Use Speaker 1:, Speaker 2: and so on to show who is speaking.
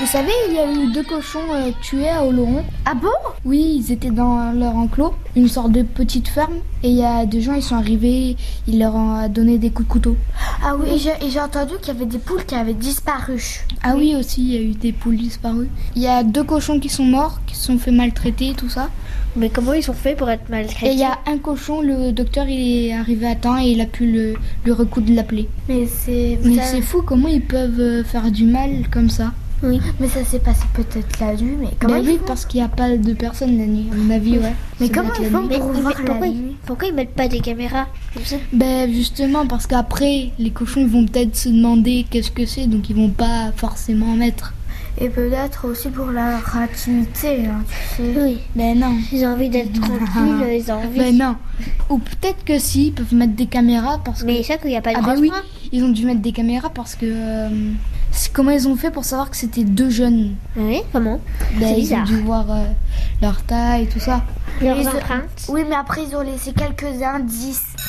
Speaker 1: Vous savez, il y a eu deux cochons euh, tués à Oloron.
Speaker 2: Ah bon
Speaker 1: Oui, ils étaient dans leur enclos, une sorte de petite ferme, et il y a des gens, ils sont arrivés, ils leur ont donné des coups de couteau.
Speaker 2: Ah oui, et j'ai- et j'ai entendu qu'il y avait des poules qui avaient disparu.
Speaker 1: Ah oui, aussi, il y a eu des poules disparues. Il y a deux cochons qui sont morts, qui se sont fait maltraiter, tout ça.
Speaker 3: Mais comment ils sont faits pour être maltraités
Speaker 1: Et il y a un cochon, le docteur, il est arrivé à temps et il a pu le, le recoudre la plaie.
Speaker 2: Mais c'est. vous
Speaker 1: Mais
Speaker 2: savez-
Speaker 1: c'est fou, comment ils peuvent euh, faire du mal comme ça
Speaker 2: Mais ça s'est passé peut-être la nuit, mais comment
Speaker 1: Bah
Speaker 2: ils
Speaker 1: oui,
Speaker 2: font
Speaker 1: parce qu'il n'y a pas de personnes la nuit, à mon avis, ouais.
Speaker 2: Mais
Speaker 1: Ça
Speaker 2: comment
Speaker 1: doit être
Speaker 2: ils
Speaker 1: la
Speaker 2: font
Speaker 1: nuit.
Speaker 3: Mais-
Speaker 2: pour
Speaker 3: mais
Speaker 2: voir la
Speaker 3: pourquoi,
Speaker 2: nuit
Speaker 3: pourquoi ils mettent pas des caméras comme ça
Speaker 1: Ben justement parce qu'après les cochons ils vont peut-être se demander qu'est-ce que c'est donc ils vont pas forcément en mettre.
Speaker 2: Et peut-être aussi pour la ratimité, hein, tu sais.
Speaker 3: Oui.
Speaker 1: Ben non.
Speaker 3: Ils ont envie
Speaker 2: Ah.
Speaker 3: d'être tranquilles, ils
Speaker 2: Bah
Speaker 3: ont envie.
Speaker 1: Ben non. Ou peut-être que si ils peuvent mettre des caméras parce que
Speaker 3: Mais ça qu'il n'y a pas de
Speaker 1: ah ben
Speaker 2: bah
Speaker 3: grand
Speaker 1: oui
Speaker 3: train.
Speaker 1: ils ont dû mettre des caméras parce que euh, c'est- comment ils ont fait pour savoir que c'était deux jeunes
Speaker 3: Ah Oui, comment
Speaker 1: Ben,
Speaker 3: C'est
Speaker 1: ils ont
Speaker 3: bizarre.
Speaker 1: dû voir euh, leur taille et tout ça.
Speaker 3: Leurs
Speaker 2: Ils-
Speaker 3: empreintes.
Speaker 2: Oui, mais après, ils ont laissé quelques indices.